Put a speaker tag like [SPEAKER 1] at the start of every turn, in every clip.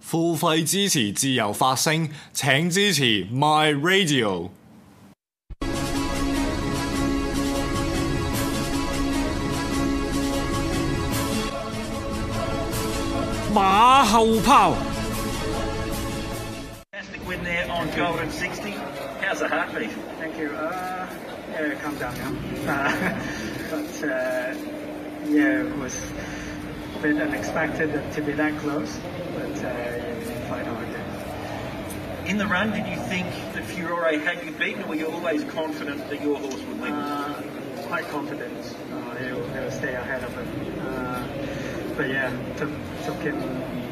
[SPEAKER 1] 付費支持自由發聲，請支持 My Radio。
[SPEAKER 2] 馬後炮，
[SPEAKER 3] Fantastic win there on goal and 60. How's the heartbeat?
[SPEAKER 4] Thank you. Uh, yeah, it calmed down now. Uh, but uh, yeah, it was a bit unexpected that to be that close. But uh, yeah, we did fight hard. there.
[SPEAKER 3] In the run, did you think that Furore had you beaten, or were you always confident that your horse would win?
[SPEAKER 4] Uh, quite confident. Uh, they'll, they'll stay ahead of him. Uh, but yeah, took took him.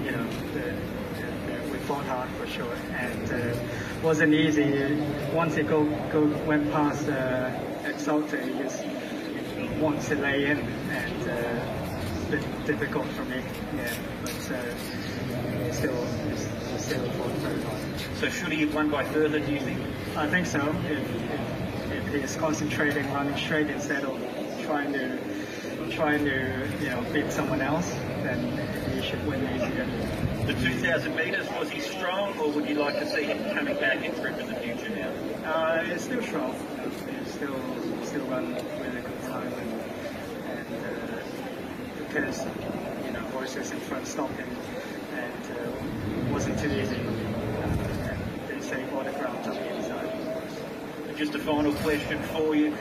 [SPEAKER 4] You know, the, the, we fought hard for sure, and uh, wasn't easy. Once he go go went past uh, Exalted, he just wants to lay in, and uh, it's been difficult for me. Yeah, but uh, still still fought very hard.
[SPEAKER 3] so should he have won by further, do you think?
[SPEAKER 4] I think so. If, if, if he's concentrating running straight instead of trying to trying to you know beat someone else, then he should win easier.
[SPEAKER 3] The 2,000 metres, was he strong, or would you like to see him coming back and through in the future now?
[SPEAKER 4] Uh, it's still strong. He's still still run really good time and, and uh, because you know horses in front stopped him and uh, wasn't too easy. Uh, and they saved all the ground on the inside. Of course.
[SPEAKER 3] Just a final question for you.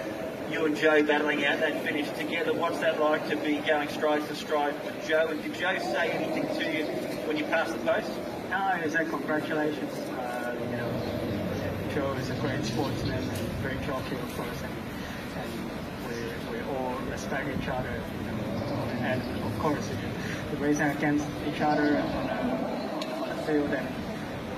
[SPEAKER 3] You and Joe battling out that finish together, what's that like to be going stride for stride with Joe? And did Joe say anything to you when you passed the post?
[SPEAKER 4] No, it's a congratulations. Uh, you know, Joe is a great sportsman, and great jockey, of course, and, and we, we all respect each other. You know, and of course, you- we're racing against each other on a, on a field, and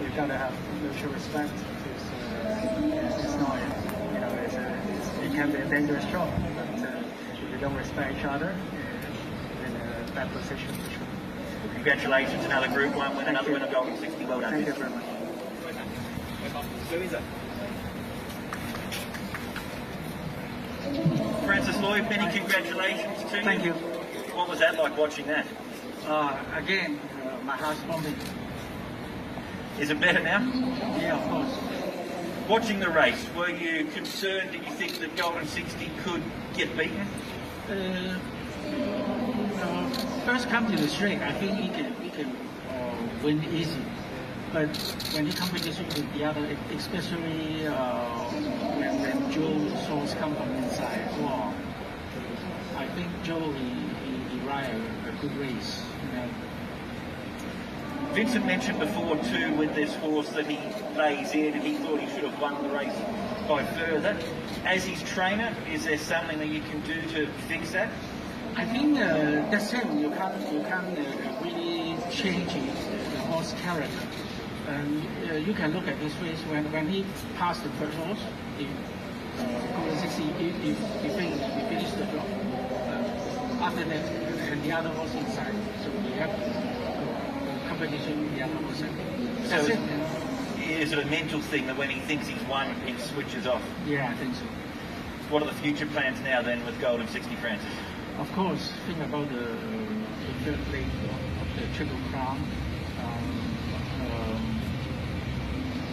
[SPEAKER 4] you gotta have mutual respect. It's, uh, it's not, you know, it's a, it's, it can be a dangerous job, but uh, if you don't respect each other, uh, you're in a bad position for sure.
[SPEAKER 3] Congratulations, another Group 1 win,
[SPEAKER 4] Thank
[SPEAKER 3] another
[SPEAKER 4] you.
[SPEAKER 3] win of Golden 60. Well done.
[SPEAKER 4] Thank you very much.
[SPEAKER 3] Francis Lloyd, many congratulations to you.
[SPEAKER 4] Thank you.
[SPEAKER 3] What was that like watching that?
[SPEAKER 4] Uh, again, uh, my house bombing.
[SPEAKER 3] Is it better now?
[SPEAKER 4] Yeah, of course.
[SPEAKER 3] Watching the race, were you concerned? Did you think that Golden 60 could get beaten?
[SPEAKER 5] Uh, uh, first come to the straight, I think he can he can uh, win easy. But when he competition with the other, especially uh, when, when Joe Souls come from inside, well, I think Joe he, he, he ride a good race. You know.
[SPEAKER 3] Vincent mentioned before too with this horse that he lays in and he thought he should have won the race by further. As his trainer, is there something that you can do to fix that?
[SPEAKER 5] I think uh, that's it. You can't you can't uh, really change it, the horse character. And uh, you can look at this race when when he passed the first horse, he uh, 60, he, he, he, finished, he finished the job. Uh, after that, and the other horse inside, so we have uh, competition with the other horse. That's
[SPEAKER 3] So-
[SPEAKER 5] it.
[SPEAKER 3] Is it a mental thing that when he thinks he's won, he switches off?
[SPEAKER 5] Yeah, I think so.
[SPEAKER 3] What are the future plans now then with Golden 60 Francis?
[SPEAKER 5] Of course, think about the, the third leg of the Triple Crown. Um, um,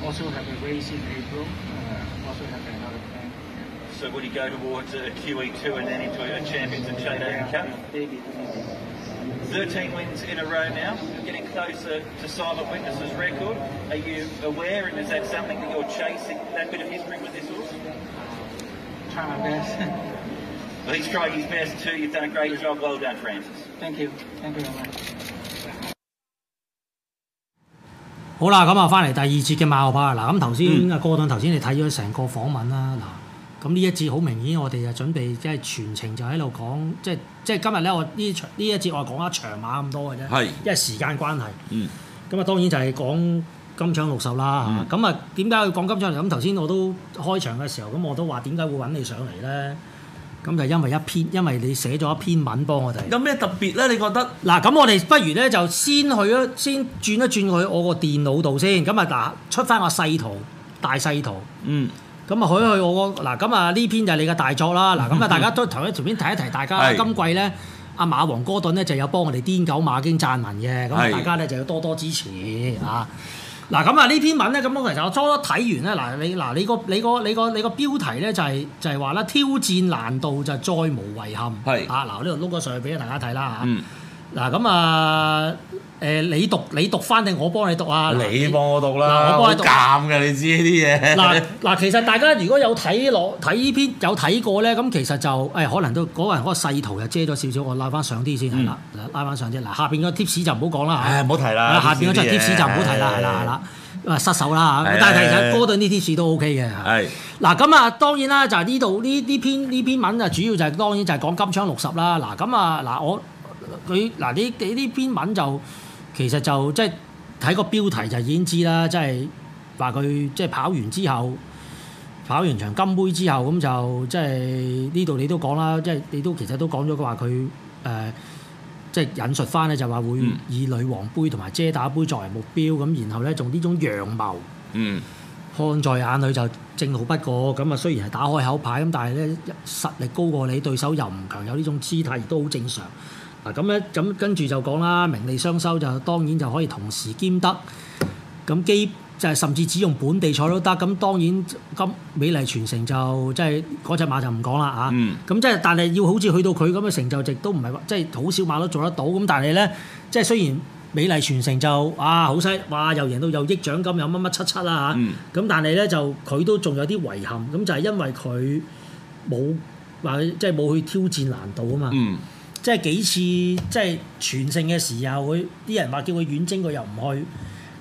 [SPEAKER 5] also have a race in April. Uh, also have another plan.
[SPEAKER 3] So would he go towards a QE2 and then into a Champions and Chain Cup?
[SPEAKER 5] Maybe, maybe.
[SPEAKER 3] 13 wins in a row now, getting closer to Silent Witness's record. Are you aware and is that something that you're chasing, that bit of history with this horse?
[SPEAKER 5] Try my best.
[SPEAKER 3] Well, he's tried his best too. You've done a great job. Well done, Francis.
[SPEAKER 5] Thank you. Thank you very much.
[SPEAKER 2] 好啦，咁啊，翻嚟第二節嘅馬後炮啊嗱，咁頭先阿哥頓頭先你睇咗成個訪問啦，嗱，咁呢一節好明顯，我哋就準備即係全程就喺度講，即係即係今日咧，我呢場呢一節我係講一長馬咁多嘅啫，
[SPEAKER 6] 係
[SPEAKER 2] 因為時間關係，
[SPEAKER 6] 嗯，
[SPEAKER 2] 咁啊當然就係講金槍六十啦嚇。咁啊點解要講金槍？咁頭先我都開場嘅時候，咁我都話點解會揾你上嚟咧？咁就因為一篇，因為你寫咗一篇文幫我哋。
[SPEAKER 6] 有咩特別咧？你覺得？
[SPEAKER 2] 嗱，咁我哋不如咧就先去咗，先轉一轉去我個電腦度先。咁啊，嗱，出翻個細圖、大細圖。
[SPEAKER 6] 嗯，
[SPEAKER 2] 咁啊，去一去我個嗱，咁啊呢篇就係你嘅大作啦。 嗱，咁啊，大家都頭一隨便提一提，大家
[SPEAKER 6] 係
[SPEAKER 2] 今季咧，阿馬王哥頓咧就有幫我哋癲狗馬經撰文嘅，咁啊
[SPEAKER 6] 係
[SPEAKER 2] 大家咧就要多多支持啊！嗱，咁啊呢篇文咧，咁我其實我初初睇完咧，嗱你嗱你個你個你個你個標題咧就係就係話啦，挑戰難度就再無遺憾。
[SPEAKER 6] 係
[SPEAKER 2] 啊，嗱我呢度碌咗上去俾大家睇啦嚇。
[SPEAKER 6] 嗯，
[SPEAKER 2] 嗱咁啊，誒你讀你讀翻定我幫你讀啊？嗱
[SPEAKER 6] 你幫我讀
[SPEAKER 2] 嗱
[SPEAKER 6] 啦，
[SPEAKER 2] 我
[SPEAKER 6] 好
[SPEAKER 2] 幫你讀。
[SPEAKER 6] 尷嘅，你知呢啲嘢。
[SPEAKER 2] 嗱嗱，其實大家如果有睇落睇呢篇有睇過咧，咁其實就誒、可能都嗰個人嗰個細圖又遮咗少少，我拉翻上啲先係啦，
[SPEAKER 6] 嗯
[SPEAKER 2] 拉翻上啲。嗱下邊個 tips 就唔好講啦，
[SPEAKER 6] 唉，唔好提啦。
[SPEAKER 2] 下邊嗰張
[SPEAKER 6] 呢啲嘢
[SPEAKER 2] tips 就唔好提啦，係啦係啦，咁啊失手啦
[SPEAKER 6] 係
[SPEAKER 2] 嚇。但係其
[SPEAKER 6] 係係
[SPEAKER 2] 實哥頓呢 tips 都 OK 嘅嚇。
[SPEAKER 6] 係
[SPEAKER 2] 嗱咁啊，當然啦，就係呢度呢呢篇呢篇文啊，主要就係、當然就係講金槍六十啦。嗱咁啊，嗱我佢嗱呢呢呢篇文就其實就即係睇個標題就已經知啦，即係話佢即係跑完之後。跑完場金杯之後，咁就即係呢度你都講啦，即係你都其實都講咗佢話佢誒，即係引述翻咧就話會
[SPEAKER 6] 嗯
[SPEAKER 2] 以女王杯同埋遮打杯作為目標，咁然後咧仲呢種陽謀。
[SPEAKER 6] 嗯，
[SPEAKER 2] 看在眼裏就正好不過，咁啊雖然係打開口牌咁，但係咧實力高過你，對手又唔強，有呢種姿態亦都好正常。嗱咁咧，咁跟住就講啦，名利雙收就當然就可以同時兼得。咁基就係甚至只用本地菜都得。咁當然咁美麗傳承就即係嗰只馬就唔講啦啊。
[SPEAKER 6] 嗯
[SPEAKER 2] 咁即係但係要好似去到佢咁嘅成就值都唔係話即係好少馬都做得到。咁但係咧，即係雖然美麗傳承就啊好犀，哇又贏到又億獎金又乜乜七七啦嚇。
[SPEAKER 6] 嗯
[SPEAKER 2] 咁但係咧就佢都仲有啲遺憾，咁就係因為佢冇話即係冇去挑戰難度啊嘛。
[SPEAKER 6] 嗯，
[SPEAKER 2] 即係幾次即係全勝嘅時候，佢啲人話叫佢遠征，佢又唔去。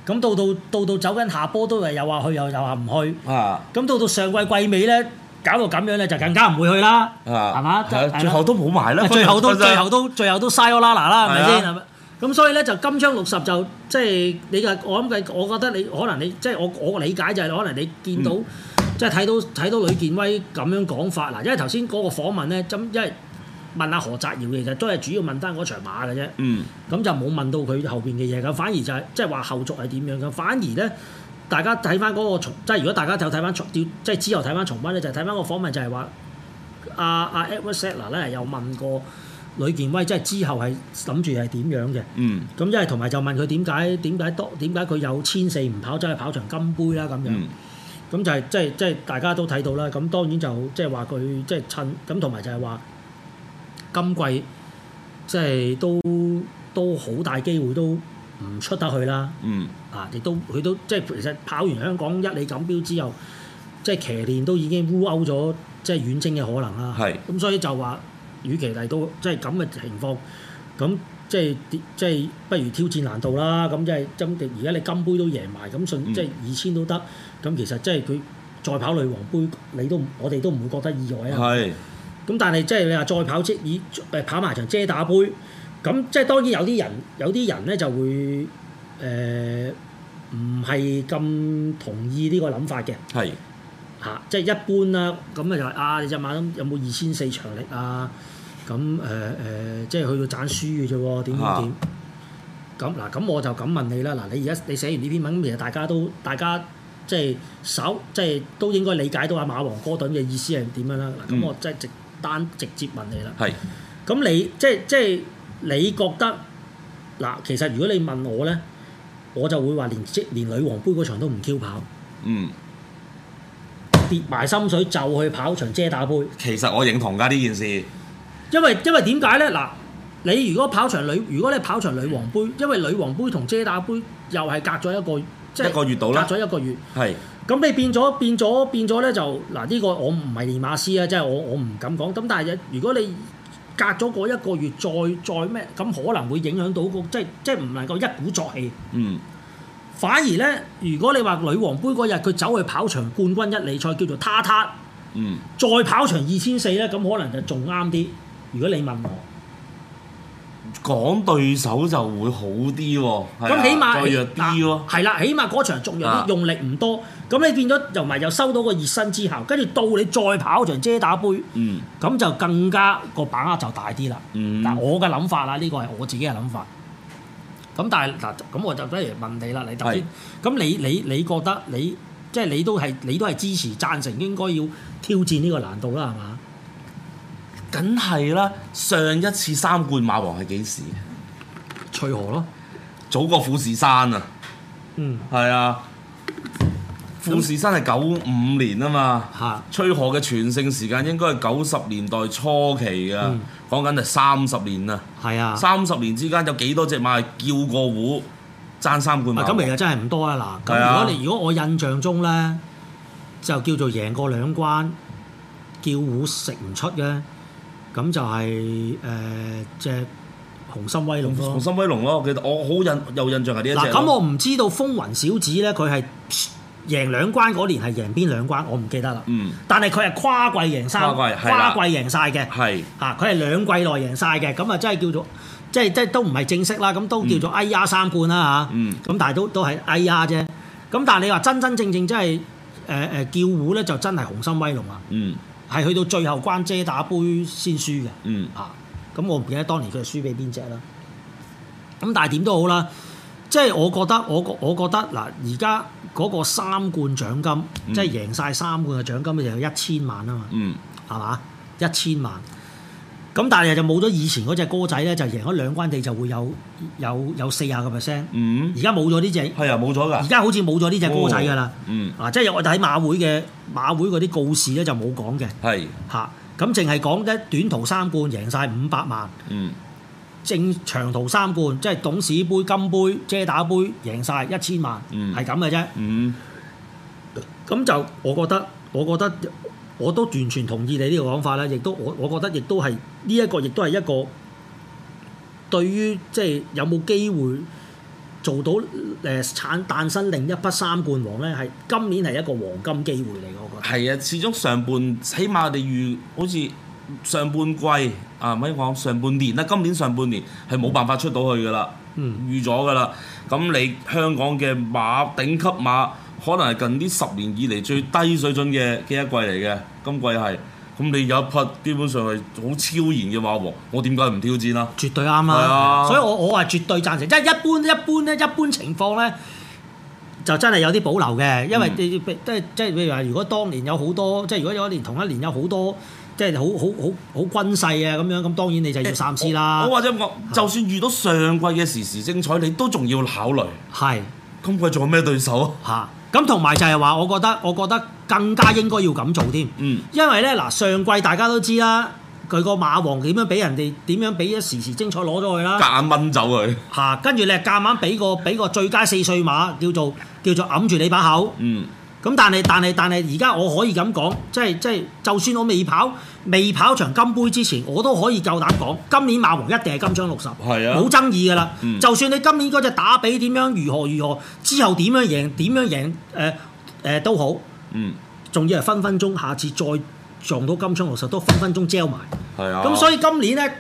[SPEAKER 2] 咁到到到到走緊下波都係又話去又又話唔去。
[SPEAKER 6] 啊
[SPEAKER 2] 咁到到上季季尾咧，搞到咁樣咧，就更加唔會去啦，
[SPEAKER 6] 啊，
[SPEAKER 2] 係嘛？
[SPEAKER 6] 係
[SPEAKER 2] 係
[SPEAKER 6] 啊
[SPEAKER 2] 啦
[SPEAKER 6] 最後都冇埋啦，
[SPEAKER 2] 最後都
[SPEAKER 6] 分分
[SPEAKER 2] 最
[SPEAKER 6] 鐘
[SPEAKER 2] 後都最後都嘥咗啦嗱啦，係咪
[SPEAKER 6] 係啊
[SPEAKER 2] 先？係咪咁所以咧就金槍六十就即係你嘅，我諗嘅，我覺得你可能你即係我我理解就係可能你見
[SPEAKER 6] 嗯
[SPEAKER 2] 到、即係睇到睇到呂健威咁樣講法嗱，因為頭先嗰個訪問咧，咁因為問阿何澤堯其實都係主要問翻嗰場馬嘅啫，
[SPEAKER 6] 嗯
[SPEAKER 2] 咁就冇問到佢後邊嘅嘢咁，反而就係即係話後續係點樣咁，反而咧。大家睇翻嗰個重，即係如果大家有睇翻重，要即係之後睇翻重温咧，就係睇翻個訪問就係話，阿阿 Edward Setler 咧有問過呂健威，即係之後係諗住係點樣嘅。
[SPEAKER 6] 嗯
[SPEAKER 2] 咁一係同埋就問佢點解點解多點解佢有千四唔跑，走去跑場金杯啦咁樣。
[SPEAKER 6] 嗯
[SPEAKER 2] 咁就係即係即係大家都睇到啦。咁當然就即係話佢即係趁咁，同埋就係話今季即係都都好大機會都唔出得去啦。
[SPEAKER 6] 嗯，
[SPEAKER 2] 啊，亦都佢都即係其實跑完香港一哩錦標之後，即係騎練都已經烏勾咗即係遠征嘅可能啦。
[SPEAKER 6] 係
[SPEAKER 2] 咁，所以就話，與其嚟到即係咁嘅情況，咁即係即係不如挑戰難度啦。咁即係針對而家你金杯都贏埋，咁順
[SPEAKER 6] 嗯
[SPEAKER 2] 即係二千都得。咁其實即係佢再跑女王杯，你都唔我哋都唔會覺得意外啊。
[SPEAKER 6] 係
[SPEAKER 2] 咁但係即係你話再跑即以誒跑埋場遮打杯，咁即係當然有啲人有啲人咧就會誒唔係咁同意呢個諗法嘅
[SPEAKER 6] 係
[SPEAKER 2] 嚇、即係一般啦。咁啊就話啊，你隻馬咁有冇二千四長力啊？咁誒誒，即係去到賺輸嘅啫喎，點點點。咁嗱，咁我就咁問你啦。嗱，你而家你寫完呢篇文，咁其實大家都大家即係稍即係都應該理解到阿馬王哥頓嘅意思係點樣啦。嗱，
[SPEAKER 6] 嗯
[SPEAKER 2] 咁我即係直單直接問你啦。
[SPEAKER 6] 係
[SPEAKER 2] 咁你即係即係你覺得嗱，其實如果你問我咧，我就會話連即連女王杯嗰場都唔 Q 跑，
[SPEAKER 6] 嗯。
[SPEAKER 2] 跌埋心水就去跑場遮打杯，
[SPEAKER 6] 其實我認同㗎呢件事，
[SPEAKER 2] 因為因為點解咧嗱？你如果跑場女，如果你跑場女王杯，因為女王杯同遮打杯又係隔咗一個即係
[SPEAKER 6] 一個月到啦
[SPEAKER 2] 隔咗一個月。
[SPEAKER 6] 係
[SPEAKER 2] 咁你變咗變咗變咗咧就嗱呢、個我唔係練馬師啊，即係我我唔敢講。咁但係如果你隔咗嗰一個月再再咩，咁可能會影響到個即係即係唔能夠一鼓作氣。
[SPEAKER 6] 嗯
[SPEAKER 2] 反而咧，如果你話女王杯嗰日佢走去跑場冠軍一哩賽叫做他他，
[SPEAKER 6] 嗯
[SPEAKER 2] 再跑場二千四咧，咁可能就仲啱啲。如果你問我，
[SPEAKER 6] 講對手就會好啲喎，係啊
[SPEAKER 2] 咁起碼
[SPEAKER 6] 再弱啲
[SPEAKER 2] 嗱，
[SPEAKER 6] 喎
[SPEAKER 2] 係啦，起碼嗰場仲弱
[SPEAKER 6] 啊
[SPEAKER 2] 啲，用力唔多，咁你變咗又埋又收到個熱身之後，跟住到你再跑場遮打杯，
[SPEAKER 6] 嗯
[SPEAKER 2] 咁就更加個把握就大啲啦。
[SPEAKER 6] 嗯，
[SPEAKER 2] 嗱，我嘅諗法啦，呢個係我自己嘅諗法。咁但係嗱，咁我就不如問你啦，你頭先
[SPEAKER 6] 係
[SPEAKER 2] 咁你你你覺得你即係你都係你都係支持贊成應該要挑戰呢個難度啦，係嘛？
[SPEAKER 6] 梗係啦。上一次三冠馬王係幾時？
[SPEAKER 2] 翠河咯，
[SPEAKER 6] 早過富士山啊，
[SPEAKER 2] 嗯
[SPEAKER 6] 係啊，富士山係九五年啊嘛。
[SPEAKER 2] 嚇，
[SPEAKER 6] 吹河嘅全盛時間應該係九十年代初期啊噶
[SPEAKER 2] 嗯，
[SPEAKER 6] 講緊係三十年啊！
[SPEAKER 2] 係啊。
[SPEAKER 6] 三十年之間有幾多隻馬係叫過糊爭三冠
[SPEAKER 2] 啊
[SPEAKER 6] 馬？
[SPEAKER 2] 咁其實真係唔多啊！嗱，
[SPEAKER 6] 係
[SPEAKER 2] 咁如
[SPEAKER 6] 啊
[SPEAKER 2] 果你如果我印象中咧，就叫做贏過兩關，叫糊食唔出嘅，咁就係呃誒只紅心威龍咯
[SPEAKER 6] 洪。森威龍咯，我記得我好印有印象係呢一隻
[SPEAKER 2] 嗱，
[SPEAKER 6] 咯。
[SPEAKER 2] 咁我唔知道風雲小子咧，佢係贏兩關嗰年係贏邊兩關，我唔記得啦。
[SPEAKER 6] 嗯
[SPEAKER 2] 但係佢係跨季贏三，
[SPEAKER 6] 跨季係啦
[SPEAKER 2] 跨季贏晒嘅。
[SPEAKER 6] 係
[SPEAKER 2] 嚇，啊佢係兩季內贏晒嘅，咁啊真係叫做即係即係都唔係正式啦，咁都叫做哎呀三冠啦嚇，咁、
[SPEAKER 6] 嗯
[SPEAKER 2] 但係都都係哎呀啫，咁但係你話真真正正真係誒誒叫糊咧，就真係紅心威龍啊，
[SPEAKER 6] 嗯
[SPEAKER 2] 係去到最後關遮打杯先輸嘅
[SPEAKER 6] 嗯
[SPEAKER 2] 嚇，咁、我唔記得當年佢係輸俾邊只啦，咁但係點都好啦。即係我覺得，我我覺得嗱，而家嗰個三冠獎金，
[SPEAKER 6] 嗯
[SPEAKER 2] 即係贏晒三冠嘅獎金就有一千萬啊嘛。
[SPEAKER 6] 嗯
[SPEAKER 2] 係嘛？一千萬。咁但係就冇咗以前嗰只歌仔咧，就贏咗兩關地就會有有有四廿個 percent。
[SPEAKER 6] 嗯
[SPEAKER 2] 而，家冇咗呢只，
[SPEAKER 6] 係啊冇咗
[SPEAKER 2] 而
[SPEAKER 6] 㗎，
[SPEAKER 2] 家好似冇咗呢只歌仔㗎啦。
[SPEAKER 6] 嗯
[SPEAKER 2] 啊，即係我睇馬會嘅馬會嗰啲告示咧就冇講嘅
[SPEAKER 6] 係
[SPEAKER 2] 嚇，咁淨係講咧短途三冠贏晒五百萬，
[SPEAKER 6] 嗯
[SPEAKER 2] 正長途三冠即係董事杯、金杯、遮打杯贏晒一千萬，
[SPEAKER 6] 嗯
[SPEAKER 2] 係咁嘅啫。
[SPEAKER 6] 嗯
[SPEAKER 2] 咁就我覺得，我覺得我都完全同意你呢個講法啦，亦都我我覺得亦都係呢一個，亦都係一個對於即係有冇機會做到誒、呃、產誕生另一匹三冠王咧，係今年係一個黃金機會嚟嘅，我覺得。
[SPEAKER 6] 係啊，始終上半起碼我哋預好似。上半季啊，唔可以講上半年啦，今年上半年係冇辦法出到去㗎啦。
[SPEAKER 2] 嗯，
[SPEAKER 6] 預咗㗎啦。咁你香港嘅馬頂級馬，可能係近呢十年以嚟最低水準嘅嘅一季嚟嘅，今季係。咁你有一匹基本上係好超然嘅馬王，我點解唔挑戰啊？
[SPEAKER 2] 絕對啱
[SPEAKER 6] 係
[SPEAKER 2] 啦
[SPEAKER 6] 啊，
[SPEAKER 2] 所以我我係絕對贊成，即係一般一般咧，一般情況咧。就真係有啲保留嘅，因為
[SPEAKER 6] 嗯
[SPEAKER 2] 你即係即係譬如話，如果當年有好多，即係如果有一年同一年有好多，即係好好好好軍勢啊咁樣，咁當然你就要三思啦
[SPEAKER 6] 我。或者我就算遇到上季嘅時時精彩，你都仲要考慮。
[SPEAKER 2] 係
[SPEAKER 6] 今季仲有咩對手啊？
[SPEAKER 2] 嚇，咁同埋就係話，我覺得我覺得更加應該要咁做添，
[SPEAKER 6] 嗯
[SPEAKER 2] 因為咧嗱，上季大家都知啦，佢個馬王點樣俾人哋點樣俾一時時精彩攞咗佢啦。
[SPEAKER 6] 夾硬掹走佢。
[SPEAKER 2] 嚇，啊跟住你係夾硬俾個俾個最佳四歲馬叫做叫做揞住你把口，
[SPEAKER 6] 嗯
[SPEAKER 2] 咁但係但係但係而家我可以咁講，即係即係，就算我未跑未跑場金杯之前，我都可以夠膽講，今年馬王一定係金槍六十，
[SPEAKER 6] 係啊
[SPEAKER 2] 冇爭議㗎啦。
[SPEAKER 6] 嗯
[SPEAKER 2] 就算你今年嗰只打比點樣如何如何，之後點樣贏點樣贏誒誒、呃呃都好，
[SPEAKER 6] 嗯，
[SPEAKER 2] 仲要係分分鐘下次再撞到金槍六十都分分鐘焦埋。
[SPEAKER 6] 係啊。
[SPEAKER 2] 咁所以今年咧，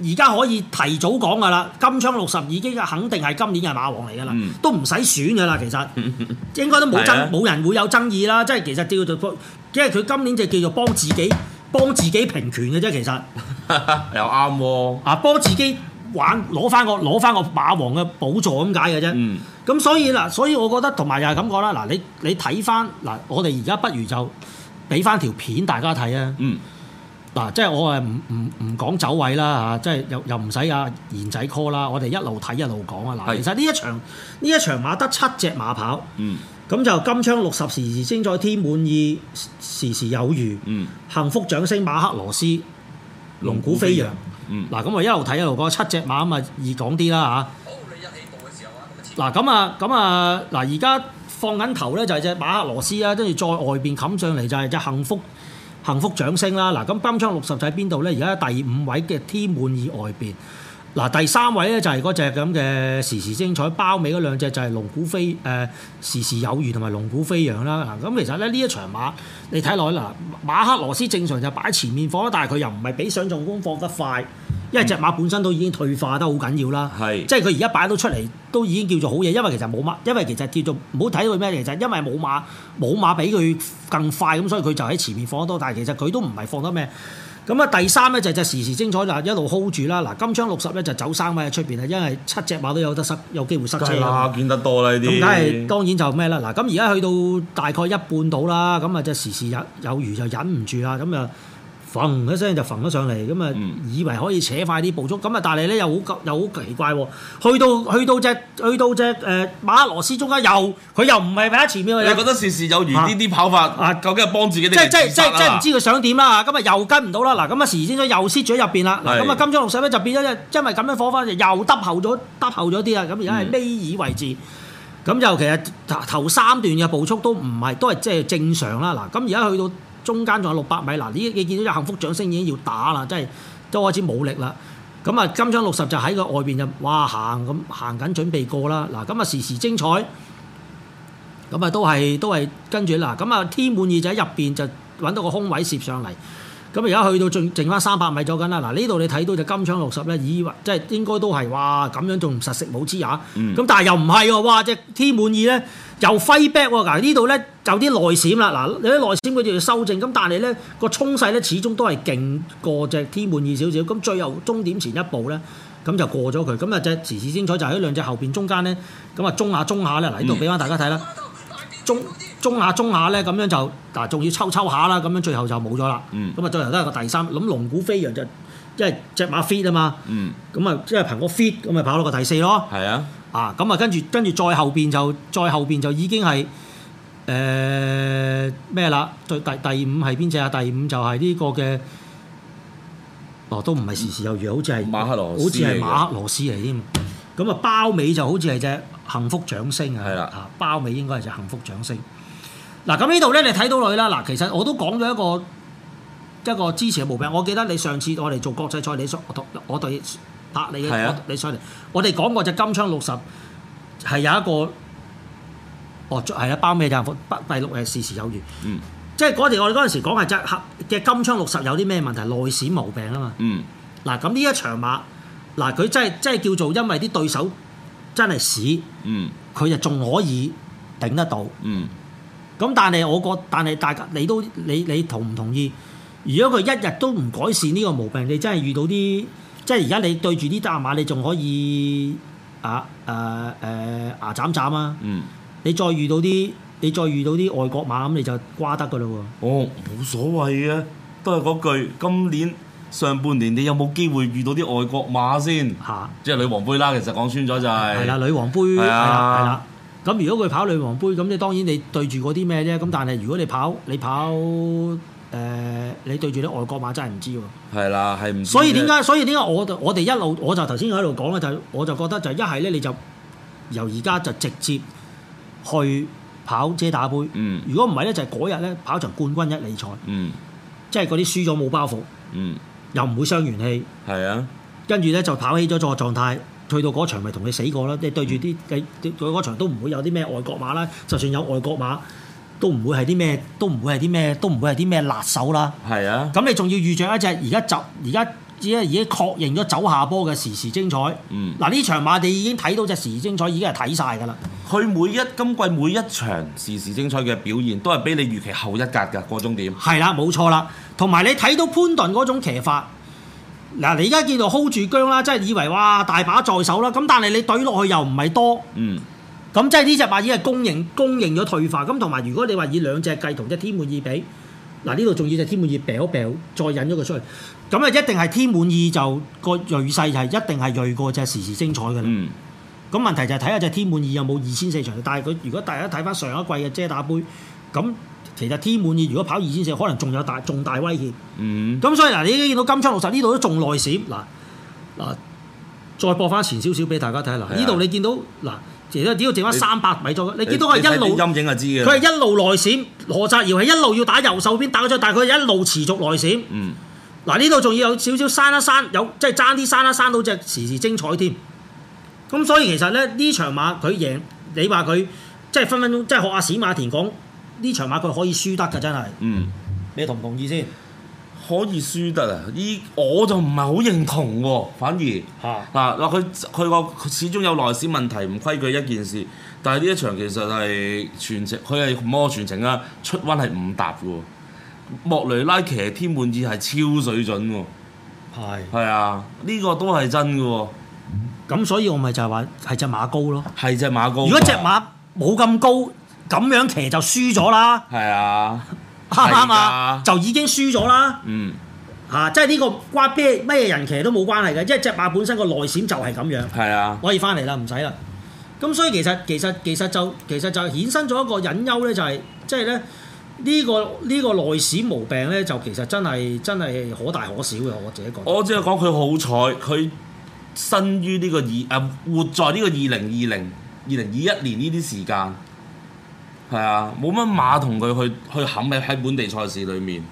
[SPEAKER 2] 而家可以提早講噶啦，金槍六十已經肯定係今年嘅馬王嚟噶啦，
[SPEAKER 6] 嗯
[SPEAKER 2] 都唔使選噶啦，其實應該都冇
[SPEAKER 6] 係啊
[SPEAKER 2] 爭冇人會有爭議啦。即係其實叫做，因為佢今年就叫做幫自己幫自己平權嘅啫，其實
[SPEAKER 6] 嗯又啱喎。
[SPEAKER 2] 啊幫自己玩攞翻個攞翻個馬王嘅寶座咁解嘅啫。
[SPEAKER 6] 嗯
[SPEAKER 2] 咁所以嗱，所以我覺得同埋又係咁講啦，嗱你你睇翻嗱，我哋而家不如就俾翻條片大家睇啊。
[SPEAKER 6] 嗯
[SPEAKER 2] 嗱，即係我係唔唔唔講走位啦嚇，即係又又唔使阿賢仔 call 啦，我哋一路睇一路講啊。嗱，
[SPEAKER 6] 係
[SPEAKER 2] 其實呢一場呢一場馬得七隻馬跑，
[SPEAKER 6] 嗯
[SPEAKER 2] 咁就金槍六十時時精在天滿意，時時有餘，
[SPEAKER 6] 嗯，
[SPEAKER 2] 幸福掌聲馬克羅斯，龍鼓飛揚。
[SPEAKER 6] 嗯
[SPEAKER 2] 嗱，咁啊我一路睇一路講七隻馬咁啊，易講啲啦嚇。嗱咁啊，咁啊，嗱而家放緊頭咧就係只馬克羅斯啊啦，跟住再外邊冚上嚟就係只幸福幸福掌聲啦。嗱，咁金槍六十就喺邊度咧？而家第五位嘅天滿以外邊。嗱，第三位咧就係嗰只咁嘅呃時時精彩，包尾嗰兩隻就係龍鼓飛誒、時時有餘同埋龍鼓飛揚啦。嗱，咁其實咧呢一場馬你睇落去嗱，馬克羅斯正常就擺前面放啦，但係佢又唔係比想象中放得快，因為只馬本身都已經退化得好緊要啦。
[SPEAKER 6] 係
[SPEAKER 2] 即係佢而家擺到出嚟都已經叫做好嘢，因為其實冇馬，因為其實叫做唔好睇佢咩，其實因為冇馬冇馬比佢更快，咁所以佢就喺前面放得多，但係其實佢都唔係放得咩。咁啊，第三咧就就時時精彩啦，一路 hold 住啦。嗱，金槍六十咧就走三位喺出邊啊，因為七隻馬都有得塞，有機會塞
[SPEAKER 6] 梗
[SPEAKER 2] 車
[SPEAKER 6] 係
[SPEAKER 2] 啊嘛
[SPEAKER 6] 啦，嗯見得多啦呢
[SPEAKER 2] 咁
[SPEAKER 6] 啲。
[SPEAKER 2] 梗係當然就咩啦嗱，咁而家去到大概一半到啦，咁啊就時時有有餘就忍唔住啦，咁啊揈一聲就揈咗上嚟，咁啊
[SPEAKER 6] 嗯
[SPEAKER 2] 以為可以扯快啲步速，咁啊但係咧又好急又好奇怪喎，去到去到只去到只誒、呃、馬克羅斯中間又佢又唔係擺喺前面喎，
[SPEAKER 6] 你
[SPEAKER 2] 又
[SPEAKER 6] 覺得事事有餘呢
[SPEAKER 2] 啊
[SPEAKER 6] 啲跑法，
[SPEAKER 2] 啊
[SPEAKER 6] 究竟係幫自
[SPEAKER 2] 即
[SPEAKER 6] 己定係
[SPEAKER 2] 係即係即
[SPEAKER 6] 自殺
[SPEAKER 2] 係即係唔
[SPEAKER 6] 啊
[SPEAKER 2] 知佢想點啦，咁啊又跟唔到啦，嗱咁啊時先咗又蝕咗入邊啦，嗱
[SPEAKER 6] 係
[SPEAKER 2] 咁啊金鐘六十咧就變咗因因為咁樣火翻就又耷後咗耷後咗啲啦，咁而家係
[SPEAKER 6] 嗯
[SPEAKER 2] 呢二位置，咁就其實頭頭三段嘅步速都唔係都係即係正常啦，嗱咁而家去到中間仲有六百米，嗱呢你見到有幸福掌聲已經要打啦，即係都開始冇力啦。咁啊，金槍六十就喺佢外邊就哇行咁行緊準備過啦，嗱咁啊時時精彩。咁啊都係都係跟住嗱，咁啊天滿意就喺入邊就揾到個空位攝上嚟。咁而家去到剩剩翻三百米左緊啦，嗱呢度你睇到就金槍六十咧，以為即係應該都係哇咁樣仲唔實食冇黐牙，咁、
[SPEAKER 6] 嗯
[SPEAKER 2] 但係又唔係喎，哇只天滿意咧又揮 back 喎，嗱呢度咧有啲內閃啦，嗱有啲內閃佢就要修正，咁但係咧個衝勢咧始終都係勁過只天滿意少少，咁最後終點前一步咧。咁就過咗佢，咁啊隻時時精彩就喺兩隻後邊中間咧，咁啊中下中下咧，嗱呢度
[SPEAKER 6] 嗯
[SPEAKER 2] 俾翻大家睇啦。中中下中下咧，咁樣就嗱，仲要抽抽下啦，咁樣最後就冇咗啦。
[SPEAKER 6] 嗯
[SPEAKER 2] 咁啊，最後都係個第三。咁龍鼓飛揚就因為只馬 fit 啊嘛，
[SPEAKER 6] 嗯，
[SPEAKER 2] 咁啊，即係憑個 fit 咁咪跑到個第四咯。
[SPEAKER 6] 係啊，
[SPEAKER 2] 啊，咁啊，跟住跟住再後邊就再後邊就已經係誒咩啦？最第第五係邊只啊？第五就係呢個嘅。哦，都唔係時時有餘，好似係
[SPEAKER 6] 馬克羅斯
[SPEAKER 2] 好似係
[SPEAKER 6] 嚟嘅
[SPEAKER 2] 馬克羅斯嚟添。咁啊，包尾就好似係只幸福掌聲啊，
[SPEAKER 6] 係啦
[SPEAKER 2] 啊，包尾應該係只幸福掌聲。嗱，咁呢度咧，你睇到佢啦。嗱，其實我都講咗一個一個支持嘅毛病。我記得你上次我哋做國際賽，你上我同我對拍你嘅
[SPEAKER 6] 係啊
[SPEAKER 2] 我你上嚟，我哋講過只金槍六十係有一個哦，係啊，包尾就幸福，第六係事事有餘。
[SPEAKER 6] 嗯
[SPEAKER 2] 即係嗰陣我哋嗰陣時講係只黑嘅金槍六十有啲咩問題，內閃毛病啊嘛。
[SPEAKER 6] 嗯，
[SPEAKER 2] 嗱，咁呢一場馬，嗱佢真係真係叫做因為啲對手真係屎，
[SPEAKER 6] 嗯
[SPEAKER 2] 佢就仲可以頂得到。
[SPEAKER 6] 嗯，
[SPEAKER 2] 咁但係我覺，但係大家你都你你同唔同意？如果佢一日都唔改善呢個毛病，你真係遇到啲即係而家你對住呢單馬，你仲可以啊誒誒、牙斬斬啊！
[SPEAKER 6] 嗯，
[SPEAKER 2] 你再遇到啲你再遇到啲外國馬咁，你就瓜得噶啦喎！
[SPEAKER 6] 哦，冇所謂嘅，都係嗰句，今年上半年你有冇機會遇到啲外國馬先？
[SPEAKER 2] 嚇
[SPEAKER 6] 即係女王杯啦，其實講穿咗就係
[SPEAKER 2] 係啦，女王杯係
[SPEAKER 6] 係啊
[SPEAKER 2] 啦係啦。咁如果佢跑女王杯，咁你當然你對住嗰啲咩啫。咁但係如果你跑你跑誒、你對住啲外國馬真係唔知喎。
[SPEAKER 6] 係啦，係唔？
[SPEAKER 2] 所以點？解？所以點解我就我哋一路我就頭先喺度講咧，就係我就覺得就一係咧你就由而家就直接去跑遮打杯。
[SPEAKER 6] 嗯
[SPEAKER 2] 如果唔係咧，就係嗰日咧跑場冠軍一哩賽，
[SPEAKER 6] 嗯
[SPEAKER 2] 即係嗰啲輸咗冇包袱，
[SPEAKER 6] 嗯，
[SPEAKER 2] 又唔會傷元氣，
[SPEAKER 6] 係啊，
[SPEAKER 2] 跟住咧就跑起咗個狀態。去到嗰場咪同你死過啦，即係對住啲你你佢嗰場都唔會有啲咩外國馬啦，就算有外國馬都唔會係啲咩，都唔會係啲咩，都唔會係啲咩辣手啦。
[SPEAKER 6] 係啊，
[SPEAKER 2] 咁你仲要遇着一隻而家走而家只係已經確認咗走下波嘅時時精彩。
[SPEAKER 6] 嗯。
[SPEAKER 2] 嗱呢場馬你已經睇到隻時時精彩已經係睇晒㗎啦。
[SPEAKER 6] 佢每一今季每一場時時精彩嘅表現，都係比你預期後一格㗎過終點。
[SPEAKER 2] 係啦，冇錯啦。同埋你睇到潘頓嗰種騎法，嗱你而家見到 hold 住姜啦，真係以為哇大把在手啦。咁但係你懟落去又唔係多，
[SPEAKER 6] 嗯，
[SPEAKER 2] 咁即係呢只馬已經係公認公認咗退化。咁同埋如果你話以兩隻計同一天滿意比，嗱呢度仲要隻天滿意掉一掉再引咗佢出去，咁啊一定係天滿意就個鋭勢係一定係鋭過隻時時精彩㗎啦。
[SPEAKER 6] 嗯，
[SPEAKER 2] 咁問題就係睇下隻天滿意有冇二千四場，但係佢如果大家睇翻上一季嘅遮打杯，咁其實天滿意如果跑二千四，可能仲有大重大威脅。
[SPEAKER 6] 嗯，
[SPEAKER 2] 咁所以嗱，你見到金槍六十呢度都仲內閃嗱嗱，再播翻前少少俾大家睇嗱，
[SPEAKER 6] 啊
[SPEAKER 2] 呢度你見到嗱，其實只要剩翻
[SPEAKER 6] 你
[SPEAKER 2] 三百米左右，你見到佢
[SPEAKER 6] 睇
[SPEAKER 2] 一路
[SPEAKER 6] 啲陰影就知嘅。
[SPEAKER 2] 佢係一路內閃，何澤瑤係一路要打右手邊打咗出，但係佢一路持續內閃。
[SPEAKER 6] 嗯
[SPEAKER 2] 嗱呢度仲要有少少刪一刪，有即係爭啲刪一刪到隻時時精彩添。咁所以其實咧呢場馬佢贏，你話佢即係分分鐘即係學阿史馬田講呢場馬佢可以輸得㗎，真係
[SPEAKER 6] 嗯，
[SPEAKER 2] 你同唔同意先？
[SPEAKER 6] 可以輸得啊？依我就唔係好認同喎、反而。
[SPEAKER 2] 嚇
[SPEAKER 6] 嗱嗱，佢佢個佢始終有內線問題，唔規矩一件事。但係呢一場其實係全程，佢係摸全程啦，出温係唔搭嘅喎。莫雷拉騎天滿意係超水準喎，
[SPEAKER 2] 係。
[SPEAKER 6] 係啊，呢、個都係真嘅喎，
[SPEAKER 2] 咁所以我咪就係話係只馬高咯。
[SPEAKER 6] 係只馬高。
[SPEAKER 2] 如果只馬冇咁高，咁樣騎就輸咗啦，
[SPEAKER 6] 係啊，
[SPEAKER 2] 啱唔啱
[SPEAKER 6] 係
[SPEAKER 2] 啊
[SPEAKER 6] 㗎？
[SPEAKER 2] 就已經輸咗啦。
[SPEAKER 6] 嗯，
[SPEAKER 2] 嚇、即係呢個關咩咩人騎都冇關係嘅，因為只馬本身個內閃就係咁樣。
[SPEAKER 6] 係啊，
[SPEAKER 2] 可以翻嚟啦，唔使啦。咁所以其實其實其實就其實就衍生咗一個隱憂咧，就係即係咧呢個呢、個內史毛病咧，就其實真係真係可大可小嘅，我自己覺得。
[SPEAKER 6] 我只係講佢好彩，佢生於呢個二啊，活在呢個二零二零、二零二一年呢啲時間，係啊，冇乜馬同佢去去冚喺喺本地賽事裏面，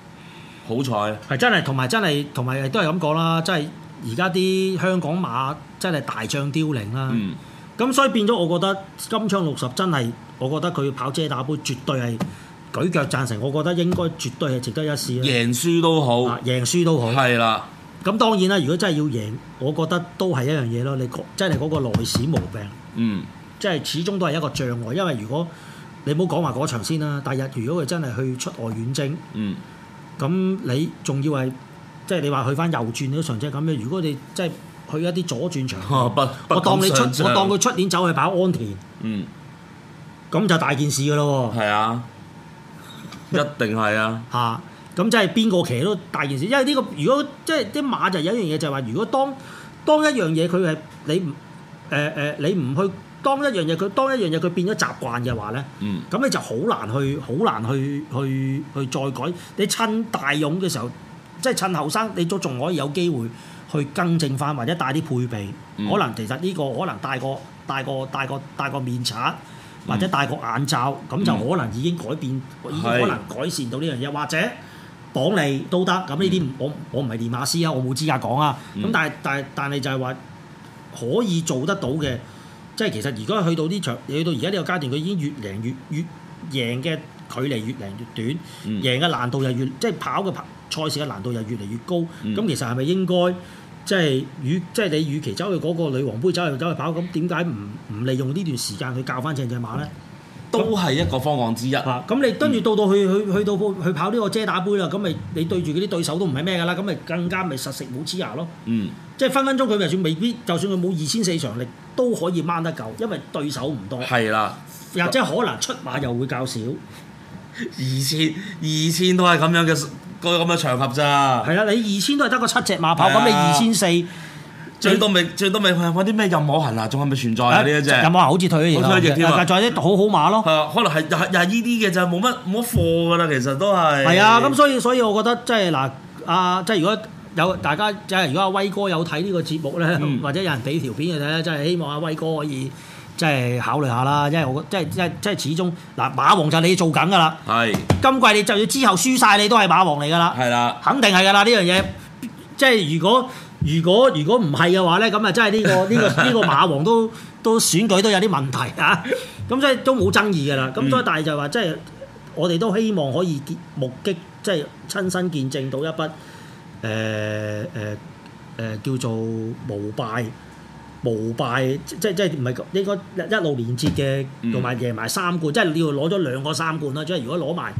[SPEAKER 6] 好彩。
[SPEAKER 2] 係真係同埋真係同埋都係咁講啦，即係而家啲香港馬真係大將凋零啦。
[SPEAKER 6] 嗯，
[SPEAKER 2] 咁、所以變咗，我覺得金槍六十真係，我覺得佢跑遮打杯絕對係舉腳贊成，我覺得應該絕對係值得一試啦。
[SPEAKER 6] 贏輸都好
[SPEAKER 2] 啊，，贏輸都好。
[SPEAKER 6] 係啦，
[SPEAKER 2] 咁當然啦，如果真係要贏，我覺得都係一樣嘢咯。你個真係嗰個內史毛病，
[SPEAKER 6] 嗯，
[SPEAKER 2] 即係始終都係一個障礙。因為如果你唔好講話嗰場先啦，第日如果佢真係去出外遠征，
[SPEAKER 6] 嗯，
[SPEAKER 2] 咁你仲要係即係你話去翻右轉嗰場即係咁樣。如果你即係去一啲左轉場，
[SPEAKER 6] 不 不
[SPEAKER 2] 我當你出
[SPEAKER 6] 敢想像
[SPEAKER 2] 我當佢出年走去跑安田，
[SPEAKER 6] 嗯，
[SPEAKER 2] 咁就大件事㗎咯喎
[SPEAKER 6] 係啊，一定係啊，
[SPEAKER 2] 嚇。咁即係邊個騎都大件事，因為呢、個如果即係啲馬就有一樣嘢就係話，如果當當一樣嘢佢係你唔誒誒你唔去當一樣嘢佢當一樣嘢佢變咗習慣嘅話咧，
[SPEAKER 6] 嗯，
[SPEAKER 2] 咁你就好難去好難去去去再改。你趁大勇嘅時候，即係趁後生，你都仲可以有機會去更正翻，或者帶啲配備。
[SPEAKER 6] 嗯
[SPEAKER 2] 可能其實呢、個可能戴個戴個戴個戴個面刷。
[SPEAKER 6] 嗯
[SPEAKER 2] 或者戴個眼罩，咁就可能已經改變，已經
[SPEAKER 6] 係
[SPEAKER 2] 可能改善到呢樣嘢，或者綁你都得。咁呢啲唔我我唔係練馬師啊，我冇資格講啊。咁、
[SPEAKER 6] 嗯
[SPEAKER 2] 但係但係但係就係話可以做得到嘅，即係其實如果去到呢場，去到而家呢個階段，佢已經越贏越越贏嘅距離越嚟越短，
[SPEAKER 6] 嗯
[SPEAKER 2] 贏嘅難度又越即係跑嘅賽事嘅難度又越嚟越高。咁、
[SPEAKER 6] 嗯
[SPEAKER 2] 其實係咪應該即係與即係你與其走去嗰個女王杯走去走去跑，咁點解唔唔利用呢段時間去教翻正隻馬咧？
[SPEAKER 6] 都係一個方案之一，
[SPEAKER 2] 啊！咁你跟住到到去去去到去跑呢個遮打杯啦，咁咪你對住嗰啲對手都唔係咩㗎啦，咁咪更加咪實食冇黐牙咯。
[SPEAKER 6] 嗯，
[SPEAKER 2] 即係分分鐘佢就算未必，就算佢冇二千四場力都可以掹得夠，因為對手唔多，
[SPEAKER 6] 係啦。
[SPEAKER 2] 又即係可能出馬又會較少。
[SPEAKER 6] 二千二千都係咁樣嘅個咁嘅場合咋，
[SPEAKER 2] 係啦，你二千都係得個七隻馬跑，咁你
[SPEAKER 6] 係啊
[SPEAKER 2] 二千四
[SPEAKER 6] 最多咪最多咪揾啲咩任我行啊，仲係咪存在啊呢一隻？
[SPEAKER 2] 有冇人好似退咗
[SPEAKER 6] 好似退咗
[SPEAKER 2] 型
[SPEAKER 6] 役添啊
[SPEAKER 2] 啦？但仲有啲好好馬咯。
[SPEAKER 6] 係啊，可能係又係又係依啲嘅就冇乜冇乜貨㗎啦，其實都係。
[SPEAKER 2] 係啊，咁所以所以我覺得即係嗱，啊即係如果有大家即係如果阿威哥有睇呢個節目咧，
[SPEAKER 6] 嗯
[SPEAKER 2] 或者有人俾條片佢睇咧，真係希望阿威哥可以即係考慮下啦，因為我覺得即係即係即係始終嗱馬王就係你做緊㗎啦，
[SPEAKER 6] 係
[SPEAKER 2] 今季你就要之後輸晒你都係馬王嚟㗎啦，
[SPEAKER 6] 係啦，
[SPEAKER 2] 肯定係㗎啦呢樣嘢，即係如果。如果如果唔係嘅話咧，咁啊真係呢、個呢、 個呢、個馬王都都選舉都有啲問題啊！咁所以都冇爭議㗎啦。咁所以
[SPEAKER 6] 嗯
[SPEAKER 2] 但係就係話即係我哋都希望可以見目擊，即係親身見證到一筆誒誒誒叫做無敗無敗，即即即係唔係應該一一路連接嘅，
[SPEAKER 6] 嗯
[SPEAKER 2] 同埋贏埋三冠，即係你要攞咗兩個三冠啦。即係如果攞埋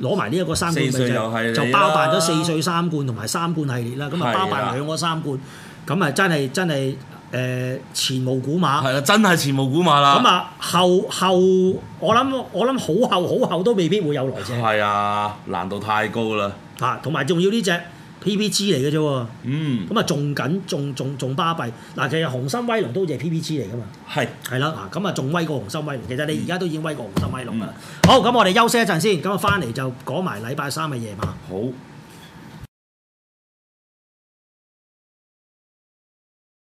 [SPEAKER 2] 攞埋呢一個三冠，咪
[SPEAKER 6] 四歲又係
[SPEAKER 2] 就
[SPEAKER 6] 你
[SPEAKER 2] 就包辦咗
[SPEAKER 6] 啦
[SPEAKER 2] 四歲三冠同埋三冠系列啦。咁
[SPEAKER 6] 係
[SPEAKER 2] 啊
[SPEAKER 6] 啦
[SPEAKER 2] 包辦兩個三冠，咁啊真係真係誒、呃前無古馬。
[SPEAKER 6] 係啦，真係前無古馬啦。
[SPEAKER 2] 咁啊，後後我諗我諗好後好後都未必會有來者
[SPEAKER 6] 係啊，難度太高啦。
[SPEAKER 2] 啊，同埋仲要呢只 PPG 嚟嘅啫喎，
[SPEAKER 6] 嗯，
[SPEAKER 2] 咁啊仲緊仲仲仲巴閉嗱，其實紅心威龍都隻 PPG 嚟噶嘛，
[SPEAKER 6] 係
[SPEAKER 2] 係
[SPEAKER 6] 嗯
[SPEAKER 2] 啦嗱，咁啊仲威過紅心威龍，其實你而家都已經威過紅心威龍啦。好，咁我哋休息一陣先，咁啊翻嚟就講埋禮拜三嘅夜晚。
[SPEAKER 6] 好。